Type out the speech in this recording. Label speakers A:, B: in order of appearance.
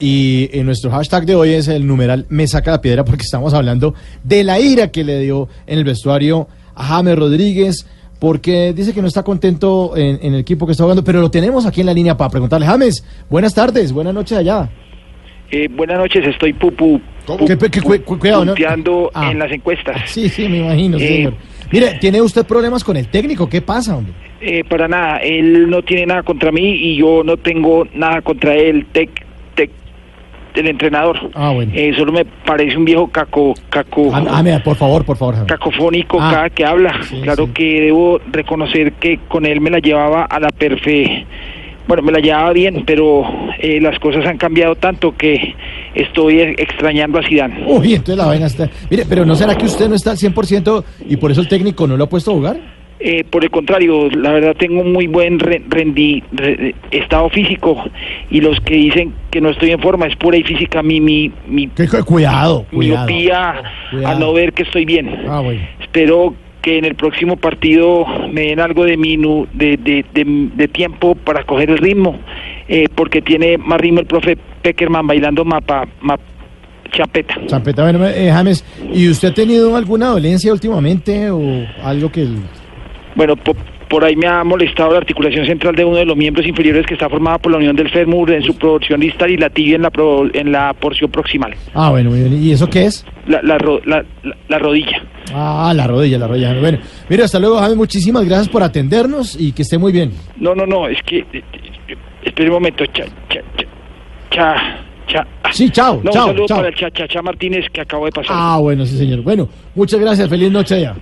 A: Y eh, nuestro hashtag de hoy es el numeral Me saca la piedra porque estamos hablando de la ira que le dio en el vestuario a James Rodríguez porque dice que no está contento en, en el equipo que está jugando, pero lo tenemos aquí en la línea para preguntarle. James, buenas tardes, buenas noches allá.
B: Eh, buenas noches, estoy pupu, pu-
A: Que- que- que-
B: pu-
A: cu- cuidado, ¿no?
B: punteando
A: Ah.
B: en las encuestas.
A: Sí, sí, me imagino, sí,
B: Eh,
A: señor. Mire, ¿tiene usted problemas con el técnico? ¿Qué pasa, hombre?
B: Eh, para nada, él no tiene nada contra mí y yo no tengo nada contra él, tec, tec, el entrenador.
A: Ah, bueno.
B: Eh, solo me parece un viejo caco, caco,
A: Ah, ah, mira, por favor, por favor, James.
B: cacofónico
A: Ah.
B: cada que habla.
A: Sí,
B: claro
A: sí.
B: que debo reconocer que con él me la llevaba a la perfe. Bueno, me la llevaba bien, pero eh, las cosas han cambiado tanto que estoy eh, extrañando a Zidane.
A: Uy, entonces la vaina está... Mire, pero ¿no será que usted no está al 100% y por eso el técnico no lo ha puesto a jugar?
B: Eh, por el contrario, la verdad tengo un muy buen re- rendi- re- estado físico y los que dicen que no estoy en forma es pura y física mi, mi, mi
A: Que- que- Cuidado, cuidado.
B: miopía
A: Cuidado.
B: a no ver que estoy bien.
A: Ah, bueno.
B: Espero que en el próximo partido me den algo de minu, de, de, de- de tiempo para coger el ritmo, eh, porque tiene más ritmo el profe Peckerman bailando mapa, map, chapeta.
A: Champeta, bueno, eh, James, ¿y usted ha tenido alguna dolencia últimamente o algo que... el-
B: Bueno, po- por ahí me ha molestado la articulación central de uno de los miembros inferiores que está formada por la unión del fémur en su porción distal y la tibia en la, pro- en la porción proximal,
A: Ah, bueno, muy bien. ¿Y eso qué es?
B: la, la ro- la- la- la rodilla.
A: Ah, la rodilla, la rodilla. Bueno, mira, hasta luego, James. Muchísimas gracias por atendernos y que esté muy bien.
B: No, no, no, es que... eh, eh, Espere un momento, cha, cha, cha, cha, cha. ah.
A: Sí, chao,
B: No,
A: chao,
B: un saludo
A: chao.
B: para el cha, cha, cha Martínez que acabo de pasar.
A: Ah, bueno, sí, señor. Bueno, muchas gracias. Feliz noche allá.